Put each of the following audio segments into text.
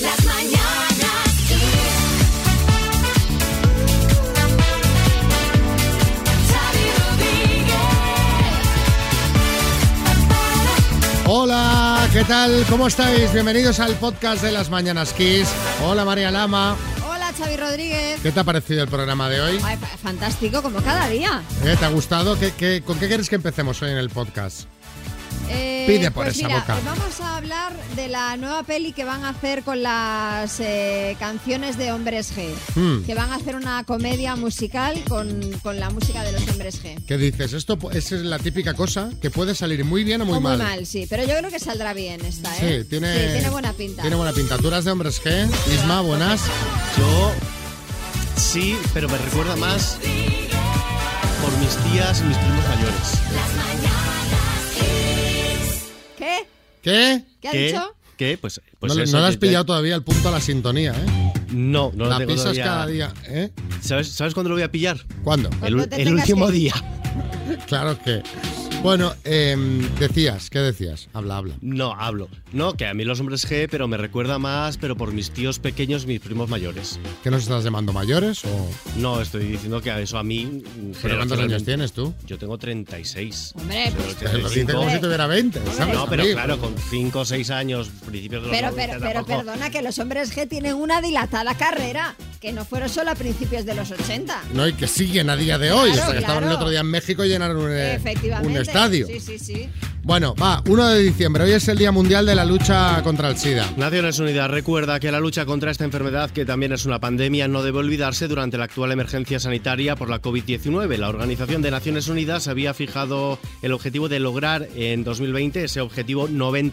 Las mañanas Kiss. Xavi Rodríguez. Hola, ¿qué tal? ¿Cómo estáis? Bienvenidos al podcast de las Mañanas Kiss. Hola María Lama, Hola Xavi Rodríguez. ¿qué te ha parecido el programa de hoy? Ay, fa- fantástico, como cada día. ¿Eh? ¿Te ha gustado? ¿Qué, qué, con qué quieres que empecemos hoy en el podcast? Eh, Pide por pues esa mira, boca. eh, Vamos a hablar de la nueva peli que van a hacer con las eh, canciones de Hombres G. Hmm. Que van a hacer una comedia musical con, con la música de los Hombres G. ¿Qué dices? Esto pu- es la típica cosa que puede salir muy bien o muy O mal. sí. Pero yo creo que saldrá bien esta, ¿eh? Sí, tiene, Sí, tiene buena pinta. Tiene buena pinta. Tú eras de hombres G, Isma, buenas. Yo sí, pero me recuerda más por mis tías y mis primos mayores. ¿Qué? ¿Qué? ¿Qué ha ¿Qué? dicho? ¿Qué? Pues, pues no, le- eso, no le que has te- pillado todavía el punto a la sintonía, ¿eh? No, no lo la tengo pisas todavía. cada día, ¿eh? ¿Sabes, ¿Sabes cuándo lo voy a pillar? ¿Cuándo? El, Cuando te el tengas último que- día. Claro que. Bueno, em, decías, ¿qué decías? Habla, habla. No, hablo. No, que a mí los hombres G, pero me recuerda más, pero por mis tíos pequeños y mis primos mayores. ¿Qué nos estás llamando mayores o.? No, estoy diciendo que a eso a mí. ¿Pero cuántos años tienes tú? Yo tengo 36. Hombre, Soy pues- del Lo dice 85. como si tuviera 20, ¿sabes? No, pero Amigo. claro, con 5 o 6 años, principios de los Pero, 90, pero, pero tampoco- perdona que los hombres G tienen una dilatada carrera, que no fueron solo a principios de los 80. No, y que siguen a día de hoy. Claro, o sea, que estaban el claro. otro día en México y llenaron un, eh, Efectivamente. un estadio. Sí, sí, sí. Bueno, va, 1 de diciembre. Hoy es el Día Mundial de la Lucha contra el SIDA. Naciones Unidas recuerda que la lucha contra esta enfermedad, que también es una pandemia, no debe olvidarse durante la actual emergencia sanitaria por la COVID-19. La Organización de Naciones Unidas había fijado el objetivo de lograr en 2020 ese objetivo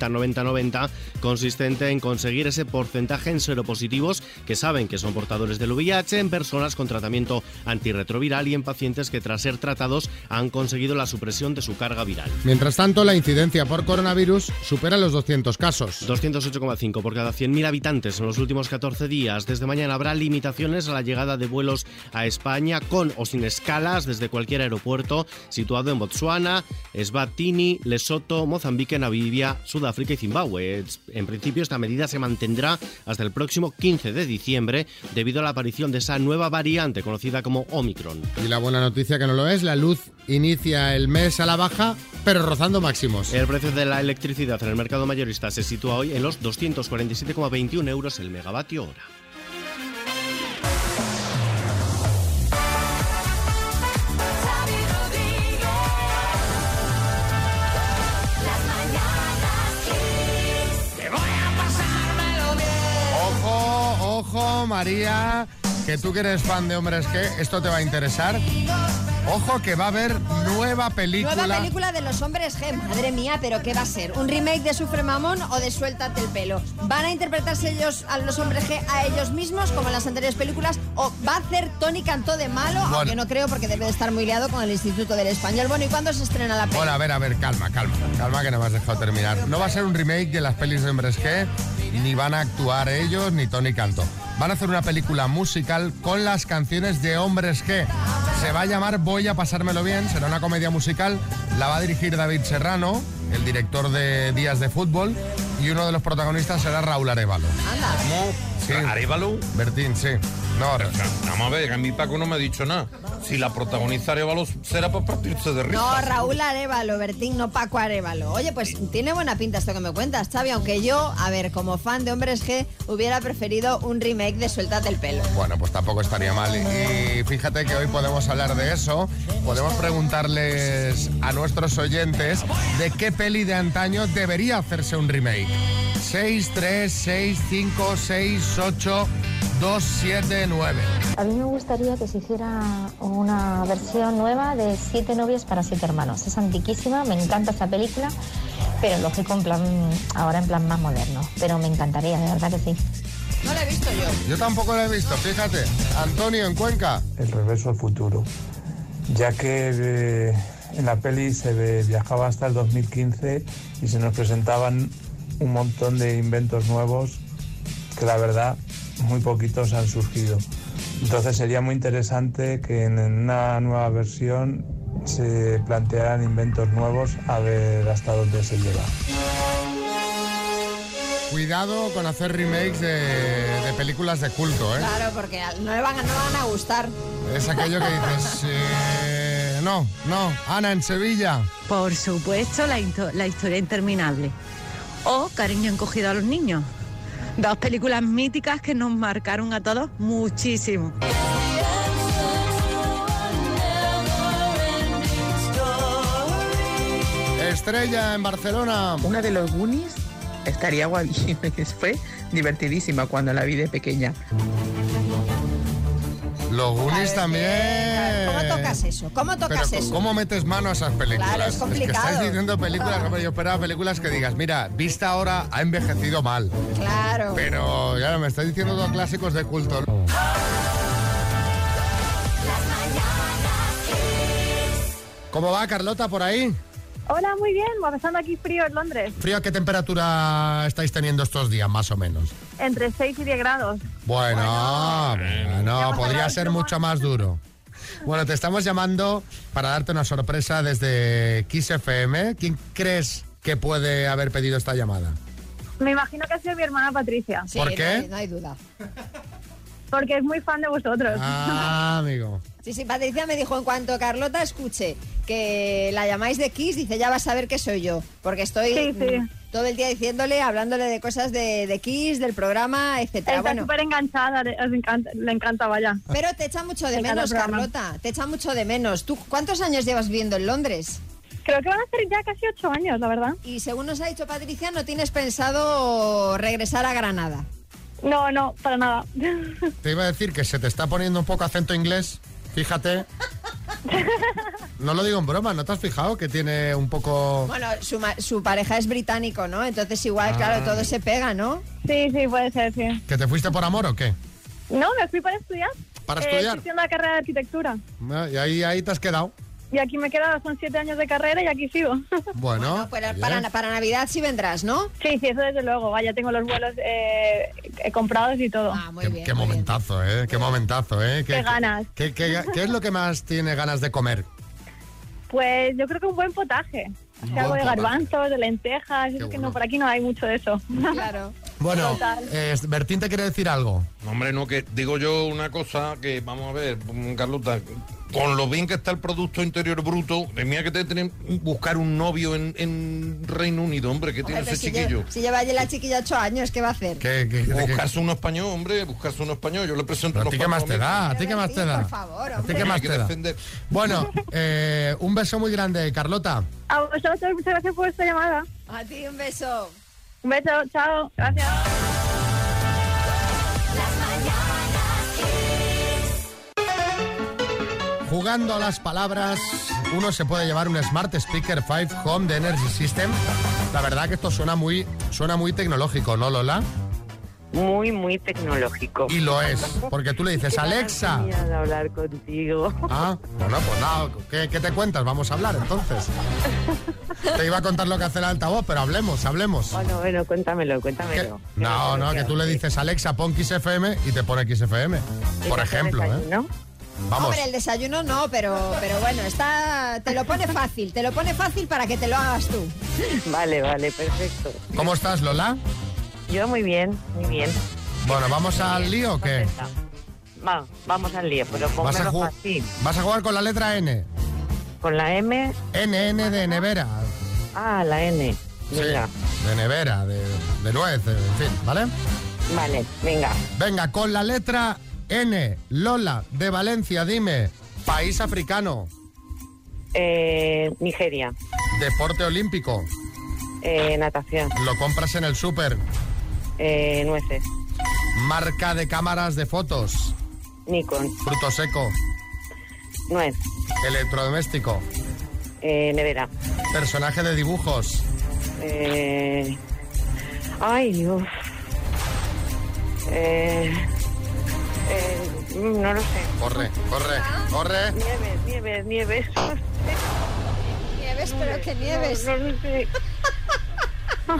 90-90-90, consistente en conseguir ese porcentaje en seropositivos que saben que son portadores del VIH en personas con tratamiento antirretroviral y en pacientes que tras ser tratados han conseguido la supresión de su carga viral. Mientras tanto, la incidencia por coronavirus supera los 200 casos. 208,5 por cada 100.000 habitantes en los últimos 14 días. Desde mañana habrá limitaciones a la llegada de vuelos a España con o sin escalas desde cualquier aeropuerto situado en Botsuana, Eswatini, Lesoto, Mozambique, Namibia, Sudáfrica y Zimbabue. Es- En principio esta medida se mantendrá hasta el próximo 15 de diciembre debido a la aparición de esa nueva variante conocida como Omicron. Y la buena noticia que no lo es, la luz inicia el mes a la baja, pero rozando máximos. El precio de la electricidad en el mercado mayorista se sitúa hoy en los 247,21 euros el megavatio hora. Ojo, ojo, María, que tú que eres fan de hombres que esto te va a interesar. Ojo que va a haber nueva película. Nueva película de los hombres G. Madre mía, pero ¿qué va a ser? ¿Un remake de Sufre Mamón o de Suéltate el pelo? ¿Van a interpretarse ellos a los hombres G a ellos mismos como en las anteriores películas? ¿O va a hacer Tony Cantó de malo? Bueno. Aunque no creo porque debe de estar muy liado con el Instituto del Español. Bueno, ¿y cuándo se estrena la Bueno, película? a ver, a ver, calma, calma, calma que no me has dejado terminar. No va a ser un remake de las pelis de hombres G, ni van a actuar ellos, ni Tony Canto. Van a hacer una película musical con las canciones de hombres G. Se va a llamar Voy a pasármelo bien, será una comedia musical, la va a dirigir David Serrano, el director de Días de Fútbol, y uno de los protagonistas será Raúl Arevalo. Anda. ¿Cómo? Sí. ¿Arévalo? Bertín, sí. No, O sea, Vamos a ver, que a mí Paco no me ha dicho nada. Si la protagoniza Arévalo será para partirse de risa. No, Raúl Arevalo, Bertín, no Paco Arevalo. Oye, pues tiene buena pinta esto que me cuentas, Xavi, aunque yo, a ver, como fan de Hombres G, hubiera preferido un remake de Suéltate el pelo. Bueno, pues tampoco estaría mal. Y fíjate que hoy podemos hablar de eso. Podemos preguntarles a nuestros oyentes de qué peli de antaño debería hacerse un remake. 6, 3, 6, 5, 6, 8, 2, 7, 9. A mí me gustaría que se hiciera una versión nueva de Siete novias para siete hermanos. Es antiquísima, me encanta esta película, pero lógico en plan ahora en plan más moderno. Pero me encantaría, de verdad que sí. No la he visto yo. Yo tampoco la he visto, fíjate. Antonio, en Cuenca. el regreso al futuro, ya que eh, en la peli se ve- viajaba hasta el 2015 y se nos presentaban un montón de inventos nuevos que la verdad muy poquitos han surgido. Entonces sería muy interesante que en una nueva versión se plantearan inventos nuevos a ver hasta dónde se llega. Cuidado con hacer remakes de, de películas de culto, ¿eh? Claro, porque no le van, a- no van a gustar. Es aquello que dices, eh, no, no, Ana en Sevilla. Por supuesto, la, histo- la historia interminable. O Cariño encogido a los niños. Dos películas míticas que nos marcaron a todos muchísimo. Estrella en Barcelona. Una de los Goonies estaría guay. Fue divertidísima cuando la vi de pequeña. Los Goonies también. ¿Cómo tocas eso? ¿Cómo tocas Pero, eso? ¿Cómo metes mano a esas películas? Claro, es que complicado. estáis diciendo películas, hombre, yo esperaba películas que digas, mira, vista ahora ha envejecido mal. Claro. Pero ya me estáis diciendo dos clásicos de culto. ¿Cómo va Carlota por ahí? Hola, muy bien, pasando aquí frío en Londres, Frío, ¿qué temperatura estáis teniendo estos días, más o menos? entre 6 y 10 grados. Bueno, no, podría ser mucho más duro. Bueno, te estamos llamando para darte una sorpresa desde Kiss FM. ¿Quién crees que puede haber pedido esta llamada? Me imagino que ha sido mi hermana Patricia, Sí, ¿por no qué? hay- no hay duda. porque es muy fan de vosotros. Ah, amigo. Sí, sí, Patricia me dijo, en cuanto Carlota escuche que la llamáis de Kiss, dice, ya vas a ver que soy yo, porque estoy Sí, sí. mm, todo el día diciéndole, hablándole de cosas de, de Kiss, del programa, etcétera. Ah, Está Bueno, súper enganchada, le, os encanta- le encanta, vaya. pero te echa mucho de Me encanta el menos, programa. Carlota, te echa mucho de menos. ¿Tú cuántos años llevas viviendo en Londres? Creo que van a ser ya casi 8 años, la verdad. Y según nos ha dicho Patricia, no tienes pensado regresar a Granada. No, no, para nada. Te iba a decir que se te está poniendo un poco acento inglés. Fíjate. No lo digo en broma, ¿no te has fijado que tiene un poco... Bueno, su, ma- su pareja es británico, ¿no? Entonces Ah. igual, claro, todo se pega, ¿no? sí, sí, puede ser, sí. ¿Que te fuiste por amor o qué? No, me fui para estudiar. ¿Para Eh, estudiar? estoy haciendo la carrera de arquitectura. Ah, Y ahí, ahí te has quedado. Y aquí me quedan, son 7 años de carrera y aquí sigo. Bueno, No, pero oye. Pues para, para Navidad sí vendrás, ¿no? sí, sí, eso desde luego, vaya, tengo los vuelos eh, eh, comprados y todo. Ah, muy qué, bien. qué muy bien. momentazo, ¿eh? Qué momentazo, ¿eh? Qué ganas. qué- qué ga- qué es lo que más tiene ganas de comer? Pues yo creo que un buen potaje. O sea, algo de buen potaje. garbanzos, de lentejas, eso que bueno. no, por aquí no hay mucho de eso. Claro. Bueno, Total. eh, Bertín te quiere decir algo. No, hombre, no, que digo yo una cosa que, vamos a ver, mm, Carlota, con lo bien que está el Producto Interior Bruto, eh, mira que te tienen buscar un novio en, en Reino Unido, hombre, que tiene Hombre, ese pero si, chiquillo. lleva, si lleva allí la chiquilla ocho años, ¿qué va a hacer? ¿Qué, qué- de qué- Buscarse un español, hombre, buscarse un español. Yo le presento pero ¿A unos ti qué más te panoramas. da? ¿A ti qué más te da? Por favor, ¿A ti hombre. qué más Hay que te da? defender. Bueno, eh, un beso muy grande, Carlota. A vosotros, muchas gracias por esta llamada. A ti un beso. Un beso, chao, gracias. Jugando a las palabras, uno se puede llevar un Smart Speaker 5 Home de Energy System. La verdad que esto suena muy, suena muy tecnológico, ¿no, Lola? Muy, muy tecnológico. Y lo es, porque tú le dices, Alexa. Mira de hablar contigo. Ah, bueno, pues nada, ¿qué, qué te cuentas? Vamos a hablar entonces. Te iba a contar lo que hace el altavoz, pero hablemos, hablemos. Bueno, bueno, cuéntamelo, ¿Qué? cuéntamelo. No, no, que tú le dices Alexa, pon Kiss FM y te pone Kiss FM. Por ejemplo, ¿eh? ¿No? Vamos. Hombre, el desayuno no, pero, pero bueno, está, te lo pone fácil, te lo pone fácil para que te lo hagas tú. Vale, vale, perfecto. ¿Cómo estás, Lola? Yo muy bien, muy bien. Bueno, ¿vamos al lío o qué? Contenta. Va, vamos al lío, pero ¿Vas a, pónmelo ju- fácil. vas a jugar con la letra N. Con la M, N, N de nevera. ah, la N. Sí, Venga, de nevera, de, de nuez, de- en fin, ¿vale? vale, venga. Venga, con la letra N, Lola, de Valencia, dime, país africano, Eh, Nigeria, deporte olímpico, eh, natación, lo compras en el súper, eh, nueces, marca de cámaras de fotos, Nikon, fruto seco, nuez, electrodoméstico, eh, nevera. personaje de dibujos, Eh, ay, uf. Eh, eh, mm, no lo sé. corre, corre, corre, Nieves, nieves, nieves. Nieves, pero que nieves. No, no lo sé.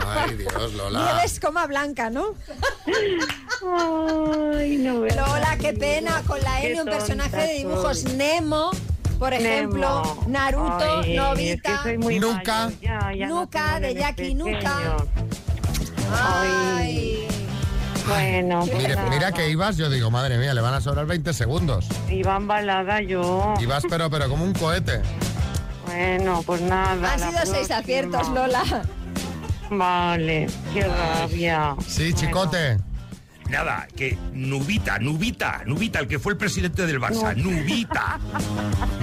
ay Dios, Lola, Nieves coma blanca, ¿no? Ay, no veo. Lola, qué pena, con la Qué N un tonta personaje de dibujos soy. Nemo, por ejemplo, Nemo. Naruto, Ay, es que Novita. soy muy Nunca. mayor, ya, ya no Nuca, tengo de nenes Jackie Nuca. pequeños. Ay. Bueno, pues Mira, nada. mira que ibas, yo digo, madre mía, le van a sobrar 20 segundos. Iván Balada, yo. Ibas, pero, pero como un cohete. Bueno, pues nada. Han la sido seis próxima. aciertos, Lola. Vale, qué rabia. Sí, chicote. Nada, que Nubita, Nubita, Nubita, el que fue el presidente del Barça, Nubita.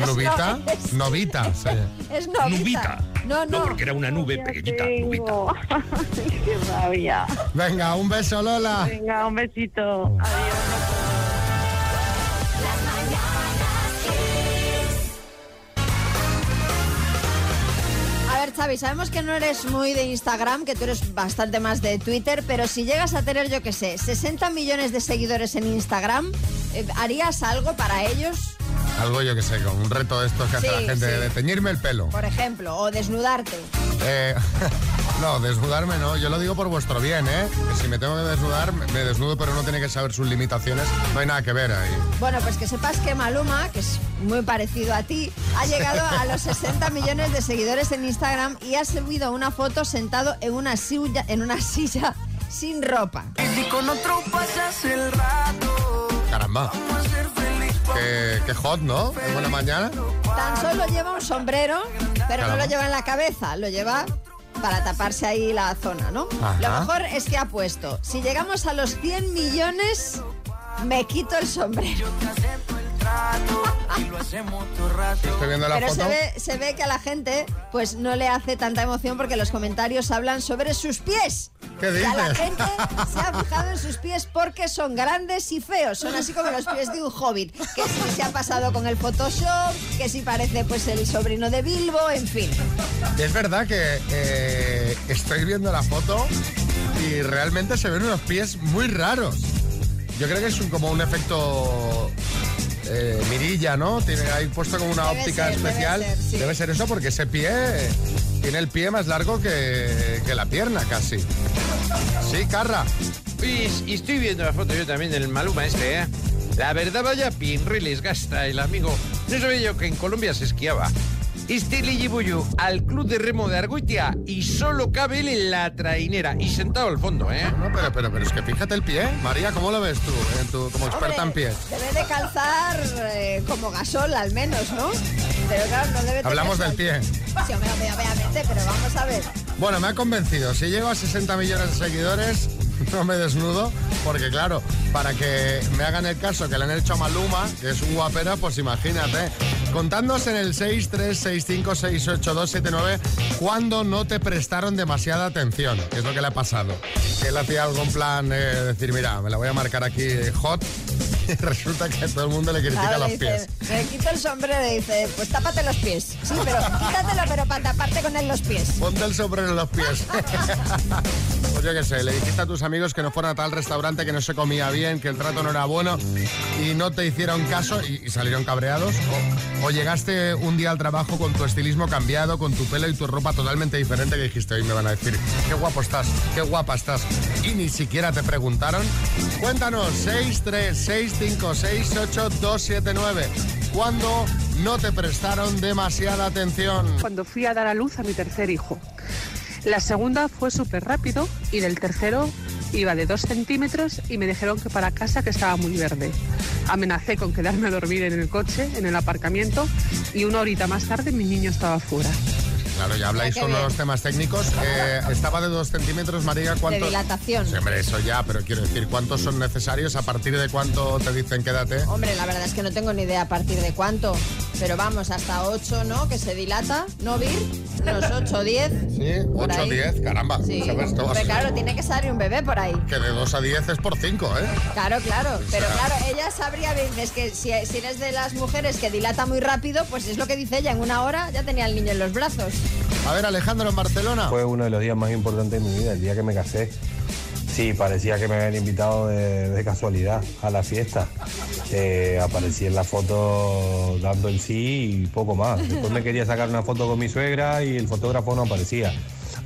¿Nubita? Novita. sí. Es novita. Nubita. No, no. Oh, No, porque era una nube pequeñita, Nubita. qué rabia. Venga, un beso, Lola. Venga, un besito. A ver, Xavi, sabemos que no eres muy de Instagram, que tú eres bastante más de Twitter, pero si llegas a tener, yo qué sé, 60 millones de seguidores en Instagram, eh, ¿harías algo para ellos? Algo yo que sé, con un reto de estos que hace Sí, la gente sí. de teñirme el pelo. Por ejemplo, o desnudarte. Eh, no, desnudarme no, yo lo digo por vuestro bien, ¿eh? Que si me tengo que desnudar, me me desnudo, pero uno tiene que saber sus limitaciones. No hay nada que ver ahí. Bueno, pues que sepas que Maluma, que es muy parecido a ti, ha llegado a los 60 millones de seguidores en Instagram y ha subido una foto sentado en una silla, en una silla sin ropa. Caramba. Qué, qué hot, ¿no? Es buena mañana. Tan solo lleva un sombrero, pero no Claro. lo lleva en la cabeza, lo lleva para taparse ahí la zona, ¿no? Ajá. Lo mejor es que ha puesto, si llegamos a los 100 millones, me quito el sombrero. Estoy viendo la Pero foto. se ve, se ve que a la gente pues no le hace tanta emoción porque los comentarios hablan sobre sus pies. ¿Qué Y a la dices? gente se ha fijado en sus pies porque son grandes y feos. Son así como los pies de un hobbit. Que si se ha pasado con el Photoshop, que si parece pues el sobrino de Bilbo, en fin. Es verdad que eh, estoy viendo la foto y realmente se ven unos pies muy raros. Yo creo que es un- como un efecto eh, mirilla, ¿no? Tiene ahí puesto como una Debe óptica ser, debe especial. ser, sí. eso porque ese pie eh, tiene el pie más largo que, que la pierna casi. Sí, Carra. Y, y estoy viendo la foto yo también del Maluma este, ¿eh? La verdad, vaya pinre les gasta el amigo. No sabía yo que en Colombia se esquiaba. Este le llevo yo al club de remo de Argoitia y solo cabe él en la trainera y sentado al fondo, ¿eh? No, pero, pero, pero es que fíjate el pie. María, ¿cómo lo ves tú, en tu- como experta en Hombre, pies? Debe de calzar eh, como gasol al menos, ¿no? Pero claro, no debe tener Hablamos del sol. pie. Sí, hombre, obvia- obviamente, pero vamos a ver. Bueno, me ha convencido. Si llego a 60 millones de seguidores, no me desnudo, porque claro, para que me hagan el caso que le han hecho a Maluma, que es un guapera, pues imagínate. Contándonos en el 636568279 cuando no te prestaron demasiada atención, que es lo que le ha pasado. Que él hacía algo en plan eh, decir, mira, me la voy a marcar aquí eh, hot, y resulta que todo el mundo le critica Claro, los le pies. dice, me quito el sombrero y dice, pues tápate los pies. Sí, pero quítatelo, pero para taparte con él los pies. Ponte el sombrero en los pies. pues yo qué sé, le dijiste a tus amigos que no fueran a tal restaurante, que no se comía bien, que el trato no era bueno y no te hicieron caso y, y salieron cabreados. O, o llegaste un día al trabajo con tu estilismo cambiado, con tu pelo y tu ropa totalmente diferente que dijiste hoy me van a decir, qué guapo estás, qué guapa estás. Y ni siquiera te preguntaron. Cuéntanos, 636568279. ¿Cuándo no te prestaron demasiada atención? Cuando fui a dar a luz a mi tercer hijo. La segunda fue súper rápido y del tercero iba de dos centímetros y me dijeron que para casa que estaba muy verde. Amenacé con quedarme a dormir en el coche, en el aparcamiento y una horita más tarde mi niño estaba fuera. Claro, ya habláis qué sobre bien. los temas técnicos. Eh, estaba de dos centímetros, María, De ¿cuántos? dilatación. Sí, hombre, eso ya, pero quiero decir, ¿cuántos son necesarios? ¿A partir de cuánto te dicen quédate? Hombre, la verdad es que no tengo ni idea a partir de cuánto. Pero vamos, hasta 8, ¿no? Que se dilata, ¿no, Vir? Unos 8 o 10. Sí, Por 8 ahí. 10, caramba. Sí. ¿sabes? Todo Hombre, así. claro, tiene que salir un bebé por ahí. Que de 2 a 10 es por 5, ¿eh? Claro, claro. Pero sea- claro, ella sabría, dices que si, si eres de las mujeres que dilata muy rápido, pues es lo que dice ella, en una hora ya tenía al niño en los brazos. A ver, Alejandro, en Barcelona. Pues- Fue uno de los días más importantes de mi vida, el día que me casé. Sí, parecía que me habían invitado de, de casualidad a la fiesta. Eh, aparecí en la foto dando el sí y poco más. Después me quería sacar una foto con mi suegra y el fotógrafo no aparecía.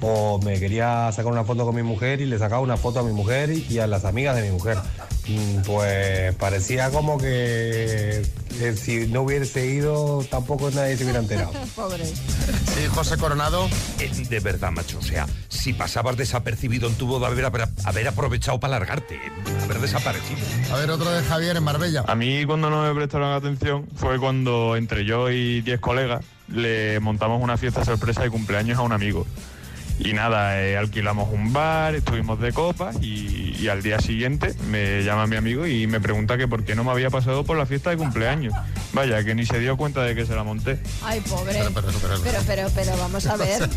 O me quería sacar una foto con mi mujer y le sacaba una foto a mi mujer y a las amigas de mi mujer. Mm, Pues parecía como que eh, si no hubiese ido tampoco nadie se hubiera enterado. Pobre. Sí, José Coronado. de verdad, macho. O sea, si pasabas desapercibido en tu boda, haber, haber- haber aprovechado para largarte, eh, haber desaparecido. A ver, otro de Javier en Marbella. Ah. A mí cuando no me prestaron atención fue cuando entre yo y 10 colegas le montamos una fiesta sorpresa de cumpleaños a un amigo. Y nada, eh, alquilamos un bar, estuvimos de copas y, y al día siguiente me llama mi amigo y me pregunta que por qué no me había pasado por la fiesta de cumpleaños. Vaya, que ni se dio cuenta de que se la monté. Ay, pobre. Pero, pero, pero, vamos a ver.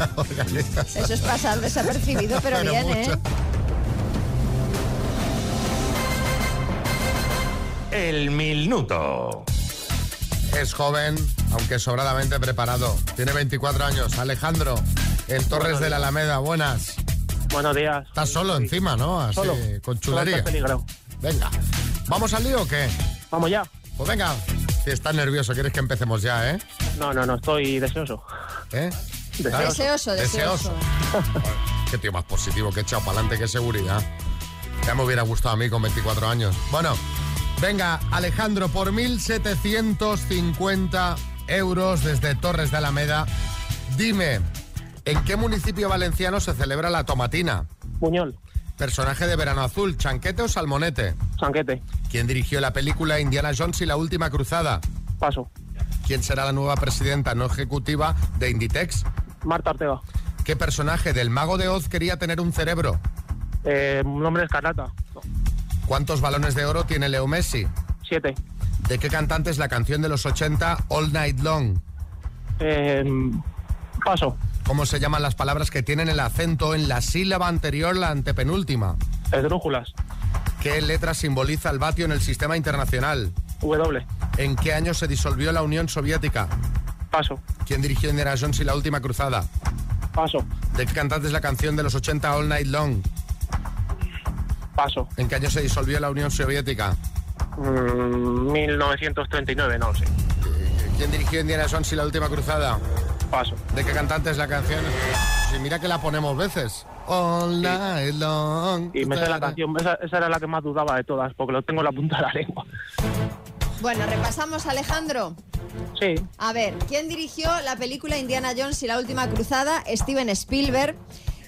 Eso es pasar desapercibido, pero Pero bien, mucho. ¿eh? El minuto. Es joven, aunque sobradamente preparado. Tiene 24 años. Alejandro, en Torres Buenos de la días. Alameda, buenas. Buenos días. Estás solo encima, ¿no? Así, Solo. Solo con está chulería. el peligro. Venga. ¿Vamos al lío o qué? Vamos ya. Pues venga. Si estás nervioso, quieres que empecemos ya, ¿eh? No, no, no, estoy deseoso. ¿Eh? Deseoso. Deseoso, deseoso. Joder, Qué tío más positivo, qué echado para adelante, qué seguridad. Ya me hubiera gustado a mí con 24 años. Bueno, venga, Alejandro, por 1.750 euros desde Torres de Alameda, dime, ¿en qué municipio valenciano se celebra la tomatina? Buñol. Personaje de Verano Azul, ¿chanquete o salmonete? Chanquete. ¿Quién dirigió la película Indiana Jones y la última cruzada? Paso. ¿Quién será la nueva presidenta no ejecutiva de Inditex? Marta Ortega. ¿Qué personaje del Mago de Oz quería tener un cerebro? Eh, nombre Escarlata. ¿Cuántos balones de oro tiene Leo Messi? Siete. ¿De qué cantante es la canción de los 80 All Night Long? paso. ¿Cómo se llaman las palabras que tienen el acento en la sílaba anterior, la antepenúltima? Esdrújulas. ¿Qué letra simboliza el vatio en el sistema internacional? W. ¿En qué año se disolvió la Unión Soviética? Paso. ¿Quién dirigió Indiana Jones y la última cruzada? Paso. ¿De qué cantante es la canción de los 80 All Night Long? Paso. ¿En qué año se disolvió la Unión Soviética? Mm, 1939, no lo sé. ¿Quién dirigió Indiana Jones y la última cruzada? Paso. ¿De qué cantante es la canción? Sí, mira que la ponemos veces. All night long. Y me sé la canción, esa, esa era la que más dudaba de todas, porque lo tengo en la punta de la lengua. Bueno, repasamos, Alejandro. Sí. A ver, ¿quién dirigió la película Indiana Jones y la última cruzada? Steven Spielberg.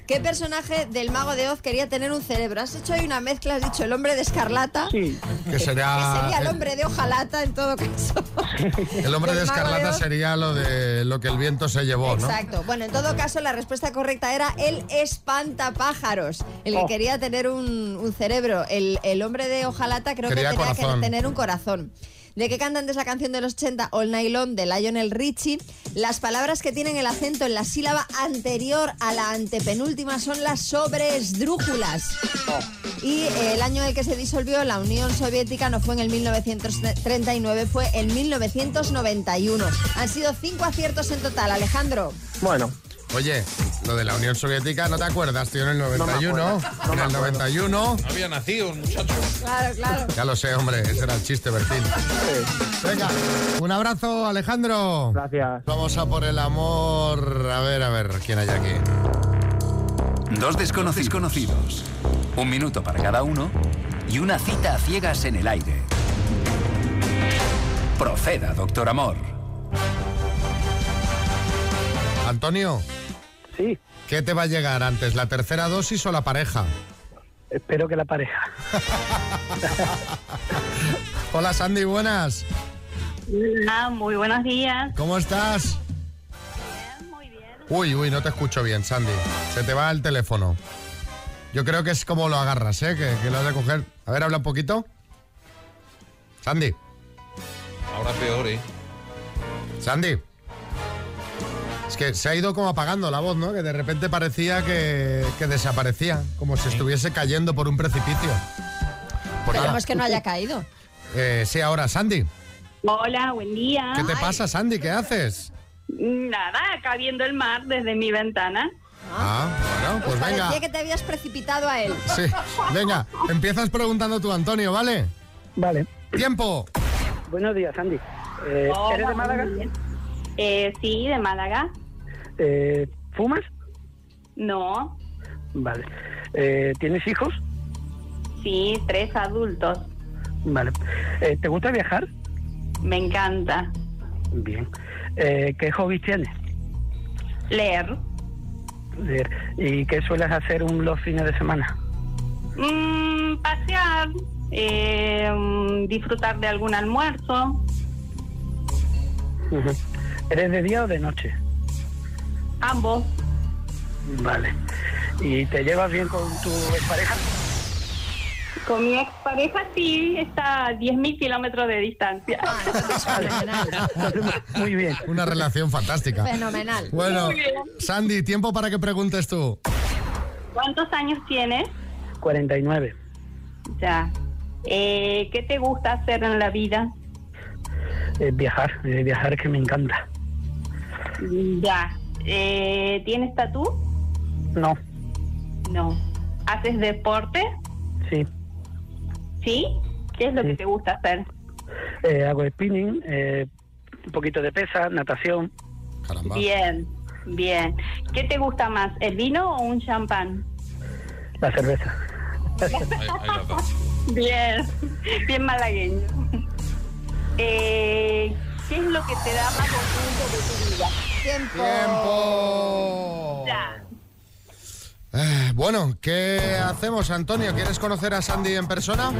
¿Qué personaje del Mago de Oz quería tener un cerebro? Has hecho ahí una mezcla, has dicho el hombre de escarlata. Sí. Que Que será. sería el hombre de hojalata en todo caso. el, el hombre de del Mago de Escarlata Oz. sería lo de lo que el viento se llevó, ¿no? Exacto. Bueno, en todo caso, la respuesta correcta era el espantapájaros, el que Oh. quería tener un, un cerebro. El, el hombre de hojalata creo Quería que tenía corazón. que tener un corazón. ¿De qué cantante es la canción de los 80, All Nylon, de Lionel Richie? Las palabras que tienen el acento en la sílaba anterior a la antepenúltima son las sobresdrújulas. Y eh, el año en el que se disolvió la Unión Soviética no fue en el 1939, fue en 1991. Han sido cinco aciertos en total, Alejandro. Bueno. Oye, lo de la Unión Soviética, ¿no te acuerdas, tío? En el 91. en el 91. No había nacido el muchacho. Claro, claro. Ya lo sé, hombre, ese era el chiste, Bertín. Venga, un abrazo, Alejandro. Gracias. Vamos a por el amor. A ver, a ver, ¿quién hay aquí? Dos desconocidos conocidos. Un minuto para cada uno y una cita a ciegas en el aire. Proceda, doctor Amor. Antonio. Sí. ¿Qué te va a llegar antes, la tercera dosis o la pareja? Espero que la pareja. Hola Sandy, buenas. Hola, muy buenos días. ¿Cómo estás? Uy, uy, no te escucho bien, Sandy. Se te va el teléfono. Yo creo que es como lo agarras, ¿eh? Que, que lo has de coger. A ver, habla un poquito. Sandy, Ahora peor, ¿eh? Sandy. Es que se ha ido como apagando la voz, ¿no? Que de repente parecía que, que desaparecía, como si estuviese cayendo por un precipicio. Pues nada. Esperemos que no haya caído. Eh, sí, ahora, Sandy. Hola, buen día. ¿Qué te pasa, Sandy? ¿Qué haces? Nada, acá viendo el mar desde mi ventana. Ah, bueno, pues venga. Parecía que te habías precipitado a él. Sí, venga, empiezas preguntando tú, Antonio, ¿vale? Vale. ¡Tiempo! Buenos días, Andy. Eh, Hola, ¿Eres de Málaga? muy bien. Eh, sí, de Málaga. Eh, ¿Fumas? No, Vale. Eh, ¿Tienes hijos? sí, tres adultos. Vale. Eh, ¿Te gusta viajar? Me encanta Bien. Eh, ¿Qué hobbies tienes? leer. Leer. ¿Y qué sueles hacer un, los fines de semana? Mm, pasear, eh, mm, disfrutar de algún almuerzo. Ujú. ¿Eres de día o de noche? Ambos. Vale. ¿Y te llevas bien con tu pareja? Con mi expareja sí, está a 10.000 kilómetros de distancia. Muy bien. Una relación fantástica. Fenomenal. Bueno, Muy bien. Sandy, tiempo para que preguntes tú. ¿Cuántos años tienes? 49. Ya. Eh, ¿Qué te gusta hacer en la vida? Eh, viajar, eh, viajar que me encanta. Ya. Eh, ¿Tienes tatú? No, No. ¿Haces deporte? sí. ¿Sí? ¿Qué es lo que Sí. te gusta hacer? Eh, hago spinning, eh, un poquito de pesa, natación. Bien, bien. ¿Qué te gusta más, el vino o un champán? La cerveza. Bien, bien malagueño. Eh, ¿Qué es lo que te da más orgullo de tu vida? Tiempo. Tiempo. Ya. Eh, Bueno, ¿qué hacemos, Antonio? ¿Quieres conocer a Sandy en persona?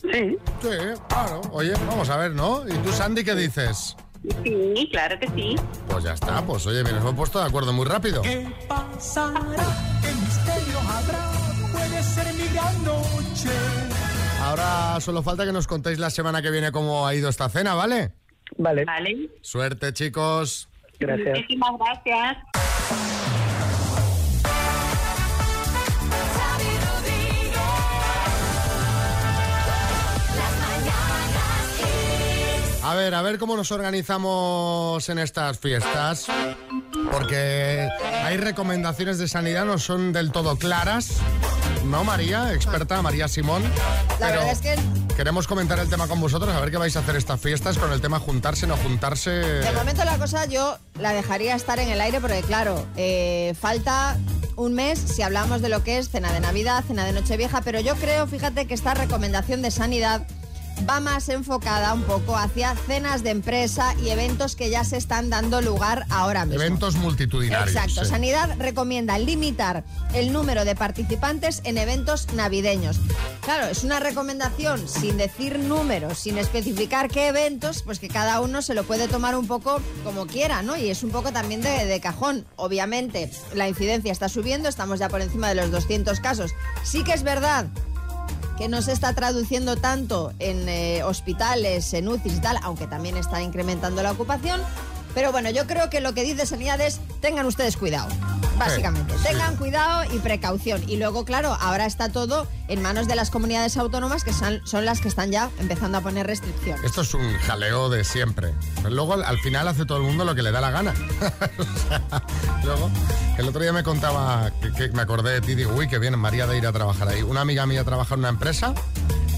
Sí. Sí, claro. Oye, vamos a ver, ¿no? ¿Y tú, Sandy, qué dices? Sí, claro que sí. Pues ya está, pues oye, bien, nos hemos puesto de acuerdo muy rápido. pasará? ¿Qué misterio habrá? Puede ser mi gran noche. Ahora solo falta que nos contéis la semana que viene cómo ha ido esta cena, ¿vale? Vale. Vale. Suerte, chicos. Muchísimas gracias. A ver, a ver cómo nos organizamos en estas fiestas. Porque hay recomendaciones de sanidad, no son del todo claras. ¿No, María? Experta, María Simón. La Pero verdad es que queremos comentar el tema con vosotros, a ver qué vais a hacer estas fiestas con el tema juntarse, no juntarse. de momento la cosa yo la dejaría estar en el aire porque claro, eh, falta un mes si hablamos de lo que es cena de Navidad, cena de Nochevieja, pero yo creo, fíjate que esta recomendación de sanidad va más enfocada un poco hacia cenas de empresa y eventos que ya se están dando lugar ahora mismo. Eventos multitudinarios. Exacto. sí. Sanidad recomienda limitar el número de participantes en eventos navideños. Claro, es una recomendación sin decir números, sin especificar qué eventos, pues que cada uno se lo puede tomar un poco como quiera, ¿no? Y es un poco también de, de cajón. Obviamente, la incidencia está subiendo, estamos ya por encima de los 200 casos. Sí que es verdad que no se está traduciendo tanto en eh, hospitales, en UCIs y tal, aunque también está incrementando la ocupación. Pero bueno, yo creo que lo que dice Sanidad es tengan ustedes cuidado, básicamente. Sí. Tengan cuidado y precaución. Y luego, claro, ahora está todo en manos de las comunidades autónomas, que son, son las que están ya empezando a poner restricciones. Esto es un jaleo de siempre. Pero Luego, al- al final, hace todo el mundo lo que le da la gana. O sea, luego, el otro día me contaba, que, que me acordé de ti, digo, uy, qué bien, María de ir a trabajar ahí. Una amiga mía trabaja en una empresa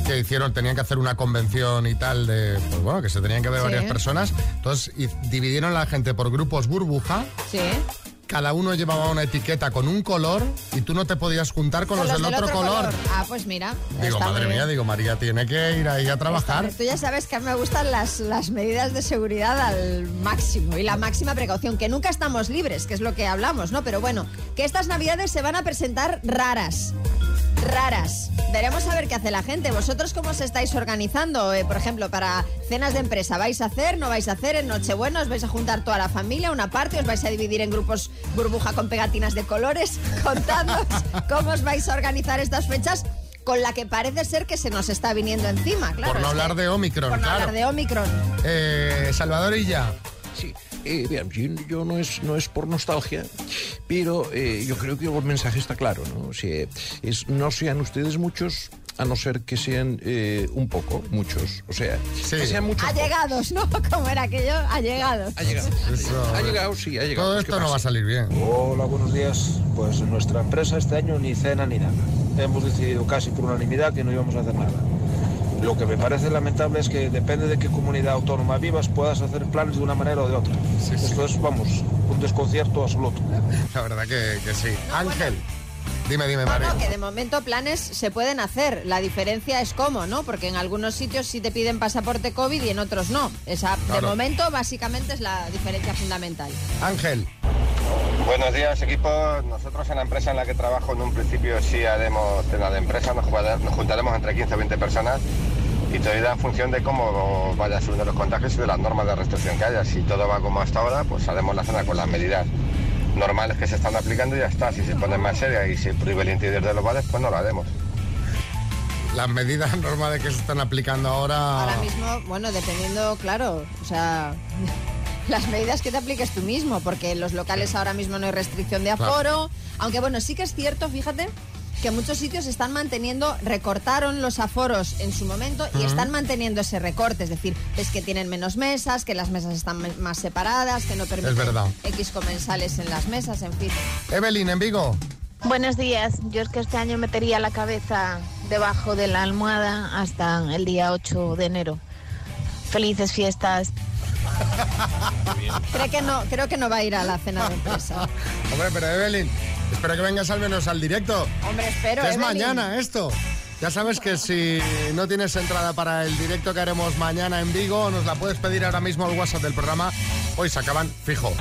que hicieron, tenían que hacer una convención y tal, de, pues bueno, que se tenían que ver Sí. varias personas. Entonces, y- dividieron a la gente por grupos burbuja. Sí. ¿eh? Cada uno llevaba una etiqueta con un color y tú no te podías juntar con, los, del, otro, color. Ah, pues mira. Digo, está madre muy mía, bien. digo, María tiene que ir ahí a trabajar. Tú ya sabes que a mí me gustan las, las medidas de seguridad al máximo y la máxima precaución, que nunca estamos libres, que es lo que hablamos, ¿no? Pero bueno, que estas navidades se van a presentar raras. Raras. Veremos a ver qué hace la gente. ¿Vosotros cómo os estáis organizando? Eh, por ejemplo, para cenas de empresa, ¿vais a hacer? ¿No vais a hacer? ¿En Nochebuena os vais a juntar toda la familia, una parte? ¿Os vais a dividir en grupos burbuja con pegatinas de colores? Contadnos cómo os vais a organizar estas fechas con la que parece ser que se nos está viniendo encima, claro. por no es que- hablar de Omicron, por no claro. hablar de Omicron. Eh, Salvador y ya. Sí, eh, bien, yo, yo no, es, no es por nostalgia, pero eh, yo creo que el mensaje está claro, ¿no? O sea, es, no sean ustedes muchos, a no ser que sean eh, un poco, muchos. O sea, que sean muchos. Allegados, ¿no? Como era aquello, allegados. Ha llegado. Ha llegado, sí, ha llegado. Todo no va a salir bien. Hola, buenos días. Pues en nuestra empresa este año ni cena ni nada. Hemos decidido casi por unanimidad que no íbamos a hacer nada. Lo que me parece lamentable es que depende de qué comunidad autónoma vivas puedas hacer planes de una manera o de otra. Esto es, vamos, un desconcierto absoluto. La verdad que, que sí. Ángel. Dime, dime, No, Mari. no, que de momento planes se pueden hacer. La diferencia es cómo, ¿no? Porque en algunos sitios sí te piden pasaporte COVID y en otros no. Esa, de Claro. momento, básicamente, es la diferencia fundamental. Ángel. Buenos días, equipo. Nosotros en la empresa en la que trabajo, en un principio sí haremos cena de empresa, nos, jugar- nos juntaremos entre 15 o 20 personas y todo irá en función de cómo vaya subiendo los contagios y de las normas de restricción que haya. Si todo va como hasta ahora, pues haremos la cena con las medidas normales que se están aplicando y ya está. Si se pone más seria y se prohíbe el interior de los bares, pues no lo haremos. Las medidas normales que se están aplicando ahora. Ahora mismo, bueno, dependiendo, claro, o sea, las medidas que te apliques tú mismo, porque en los locales ahora mismo no hay restricción de Claro. aforo, aunque bueno, sí que es cierto, fíjate, que muchos sitios están manteniendo, recortaron los aforos en su momento y Ujú. están manteniendo ese recorte, es decir, es que tienen menos mesas, que las mesas están me- más separadas, que no permiten verdad. X comensales en las mesas, en fin. Evelyn, en Vigo. Buenos días. Yo es que este año metería la cabeza debajo de la almohada hasta el día 8 de enero. Felices fiestas. Creo que no, creo que no va a ir a la cena de empresa. Hombre, pero Evelyn, espero que vengas al menos al directo. Hombre, espero. eh, Que es Evelyn. mañana eh. esto. Ya sabes que si no tienes entrada para el directo que haremos mañana en Vigo, nos la puedes pedir ahora mismo al WhatsApp del programa. Hoy se acaban fijo.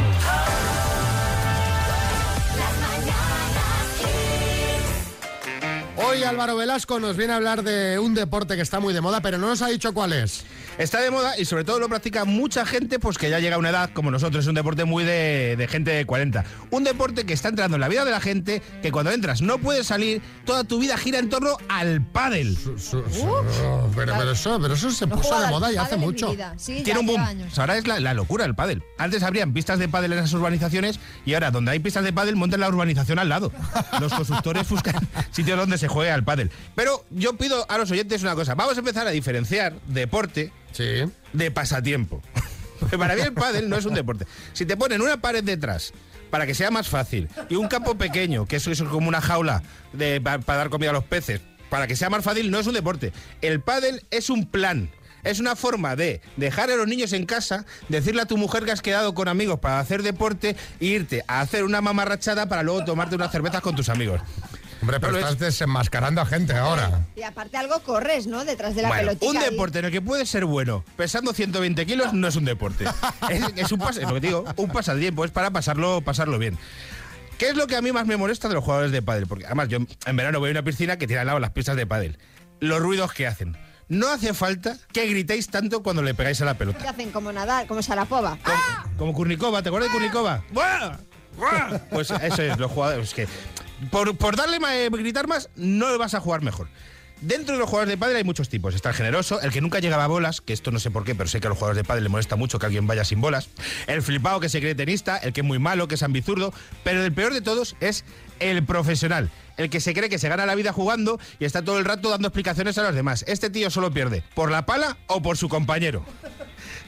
Hoy Álvaro Velasco nos viene a hablar de un deporte que está muy de moda, pero no nos ha dicho cuál es. Está de moda y sobre todo lo practica mucha gente pues que ya llega a una edad como nosotros, es un deporte muy de, de gente de 40. Un deporte que está entrando en la vida de la gente, que cuando entras no puedes salir, toda tu vida gira en torno al pádel. Oh, pero, pero eso, pero eso se No he puso jugado de al moda y hace pádel en mi mucho. vida. Tiene un boom. Ahora es la, la locura el pádel. Antes habrían pistas de pádel en esas urbanizaciones y ahora donde hay pistas de pádel montan la urbanización al lado. Los constructores buscan sitios donde se juegue al pádel. Pero yo pido a los oyentes una cosa. Vamos a empezar a diferenciar deporte de pasatiempo. Porque Para mí el pádel no es un deporte. Si te ponen una pared detrás para que sea más fácil y un campo pequeño, que eso, eso es como una jaula de- pa- para, dar comida a los peces, para que sea más fácil, no es un deporte. El pádel es un plan. Es una forma de dejar a los niños en casa, decirle a tu mujer que has quedado con amigos para hacer deporte e irte a hacer una mamarrachada para luego tomarte unas cervezas con tus amigos. Hombre, pero estás desenmascarando a gente ahora. Y aparte algo corres, ¿no? Detrás de la Bueno, pelotita. un ahí. deporte en el que puedes ser bueno pesando 120 kilos no es un deporte. es, es un pas- es lo que te digo, un pasatiempo, es para pasarlo, pasarlo bien. ¿Qué es lo que a mí más me molesta de los jugadores de pádel? Porque además yo en verano voy a una piscina que tiene al lado las pistas de pádel. Los ruidos que hacen. No hace falta que gritéis tanto cuando le pegáis a la pelota. ¿Qué hacen? Como nadar, como Sarapova. ¡Ah! Como Kurnikova, ¿te acuerdas de Kurnikova? ¡Buah! ¡Buah! Pues eso es, los jugadores que por, por darle ma- eh, gritar más no vas a jugar mejor. Dentro de los jugadores de pádel hay muchos tipos. Está el generoso, el que nunca llegaba a bolas, que esto no sé por qué, pero sé que a los jugadores de pádel le molesta mucho que alguien vaya sin bolas. El flipado que se cree tenista, el que es muy malo, que es ambizurdo, pero el peor de todos es el profesional, el que se cree que se gana la vida jugando y está todo el rato dando explicaciones a los demás. Este tío solo pierde por la pala o por su compañero.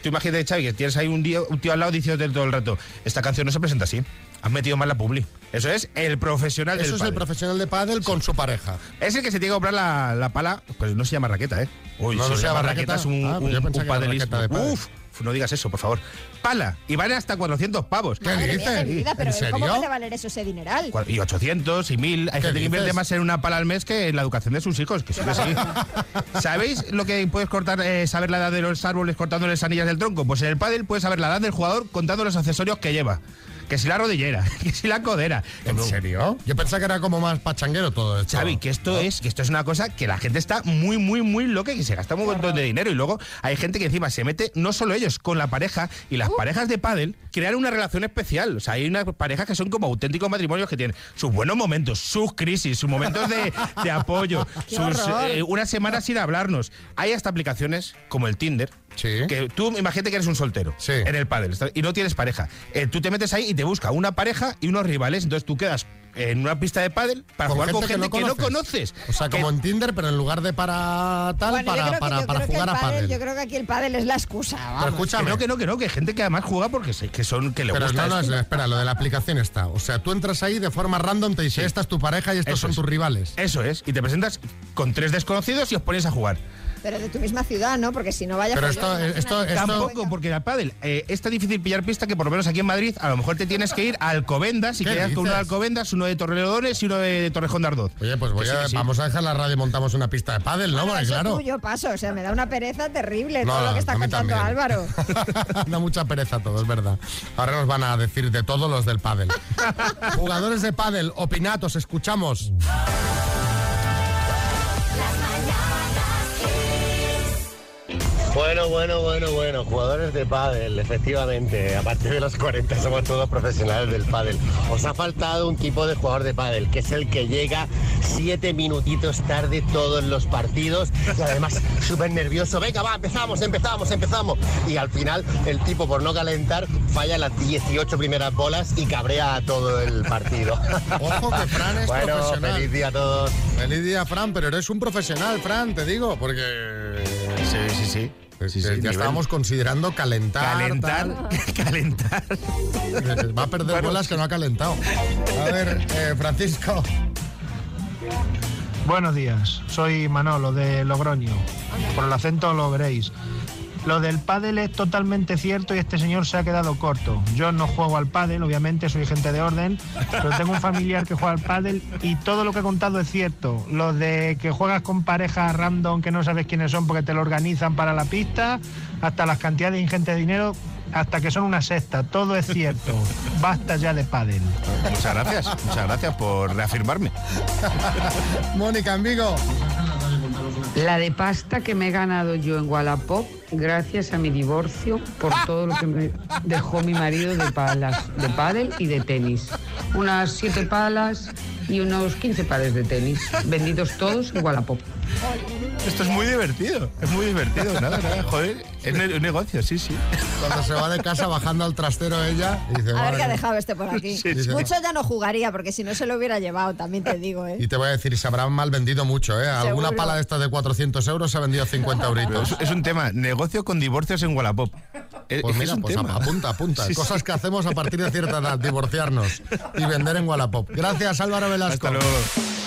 Tú imagínate, Xavi, que tienes ahí un tío, un tío al lado diciéndote todo el rato, esta canción no se presenta así, has metido mal la publi. Eso es el profesional del Eso es el pádel. profesional de pádel con su pareja. Es el que se tiene que comprar la, la pala, pues no se llama raqueta, ¿eh? Uy, No, si no se llama raqueta. es un, Ah, un, pues yo pensaba un que era padelismo. raqueta de pádel. Uf, no digas eso, por favor. Pala, y vale hasta 400 pavos. Madre mía de mi vida, pero eh, ¿cómo puede valer eso ese dineral? Cua- Y 800 y 1000. Hay ¿Qué gente que invierte dices? más en una pala al mes que en la educación de sus hijos. Que sí, que sí. ¿Sabéis lo que puedes cortar, eh, saber la edad de los árboles cortándoles anillas del tronco? Pues en el pádel puedes saber la edad del jugador contando los accesorios que lleva. Que si la rodillera, que si la codera. ¿En serio? Yo pensaba que era como más pachanguero todo esto. Xavi, que esto es, que esto es una cosa que la gente está muy, muy, muy loca y que se gasta un montón de dinero. Y luego hay gente que encima se mete, no solo ellos, con la pareja. Y las parejas de pádel crean una relación especial. O sea, hay unas parejas que son como auténticos matrimonios que tienen sus buenos momentos, sus crisis, sus momentos de, de apoyo, ¡Qué sus horror! eh, una semana sin hablarnos. Hay hasta aplicaciones como el Tinder. ¿Eh? Que tú imagínate que eres un soltero en el pádel ¿está- y no tienes pareja. Eh, tú te metes ahí y te busca una pareja y unos rivales. Entonces tú quedas en una pista de pádel para Con jugar con gente que no conoces. conoces. O sea, como Que- en Tinder, pero en lugar de para tal, Bueno, yo para, creo que- para, para yo creo que el jugar a pádel- pádel. Yo creo que aquí el pádel es la excusa. Vamos. Pero escúchame. Que no, que no, que no, que hay gente que además juega porque se- que son que le Pero gusta. no, no, esto. espera, lo de la aplicación está. O sea, tú entras ahí de forma random, te dice, esta es tu pareja y estos Eso son es. tus rivales. Eso es, y te presentas con tres desconocidos y os ponéis a jugar. Pero de tu misma ciudad, ¿no? Porque si no vayas... a tampoco, porque la pádel eh, está difícil pillar pista que por lo menos aquí en Madrid a lo mejor te tienes que ir a Alcobendas y ¿Qué quedas con uno de dices? Alcobendas, uno de de Torrelodones y uno de Torrejón de Ardoz. Oye, pues voy a- vamos a dejar la radio y montamos una pista de pádel, ¿no? Porque, Eso claro, tú, yo paso, o sea, me da una pereza terrible No, todo no, lo que está a mí contando también. Álvaro. da mucha pereza todo, es verdad. Ahora nos van a decir de todos los del pádel. Jugadores de pádel, opinatos, escuchamos. Bueno, bueno, bueno, bueno, jugadores de pádel, efectivamente. A partir de los 40 somos todos profesionales del pádel. Os ha faltado un tipo de jugador de pádel, que es el que llega siete minutitos tarde todos los partidos y además súper nervioso. Venga, va, empezamos, empezamos, empezamos. Y al final el tipo por no calentar falla las 18 primeras bolas y cabrea a todo el partido. Ojo que Fran es Bueno, profesional. feliz día a todos. Feliz día, Fran, pero eres un profesional, Fran, te digo, porque... Sí, sí, sí. Sí, ya estábamos considerando calentar. Calentar, calentar. Va a perder bolas que no ha calentado. A ver, eh, Francisco. Buenos días, soy Manolo de Logroño. Por el acento lo veréis. Lo del pádel es totalmente cierto y este señor se ha quedado corto. Yo no juego al pádel, obviamente soy gente de orden, pero tengo un familiar que juega al pádel y todo lo que he contado es cierto. Lo de que juegas con parejas random que no sabes quiénes son porque te lo organizan para la pista, hasta las cantidades ingentes de dinero, hasta que son una sexta, todo es cierto. Basta ya de pádel. Muchas gracias, muchas gracias por reafirmarme. Mónica, amigo. La de pasta que me he ganado yo en Wallapop gracias a mi divorcio por todo lo que me dejó mi marido de palas, de pádel y de tenis. Unas siete palas y unos 15 pares de tenis, vendidos todos en Wallapop. Esto es muy divertido, es muy divertido, nada, nada, joder, es ne- un negocio, sí, sí. Cuando se va de casa bajando al trastero ella y dice, A ver "Vale". qué ha dejado este por aquí. Sí, sí. Mucho ya no jugaría, porque si no se lo hubiera llevado, también te digo, ¿eh? Y te voy a decir, se habrán mal vendido mucho, ¿eh? Alguna Seguro. pala de estas de 400 euros se ha vendido 50 euritos. Es un tema, negocio con divorcios en Wallapop. Es- Pues es mira, un pues tema. apunta, apunta. Sí, sí. Cosas que hacemos a partir de cierta edad, divorciarnos y vender en Wallapop. Gracias, Álvaro Velasco. Hasta luego.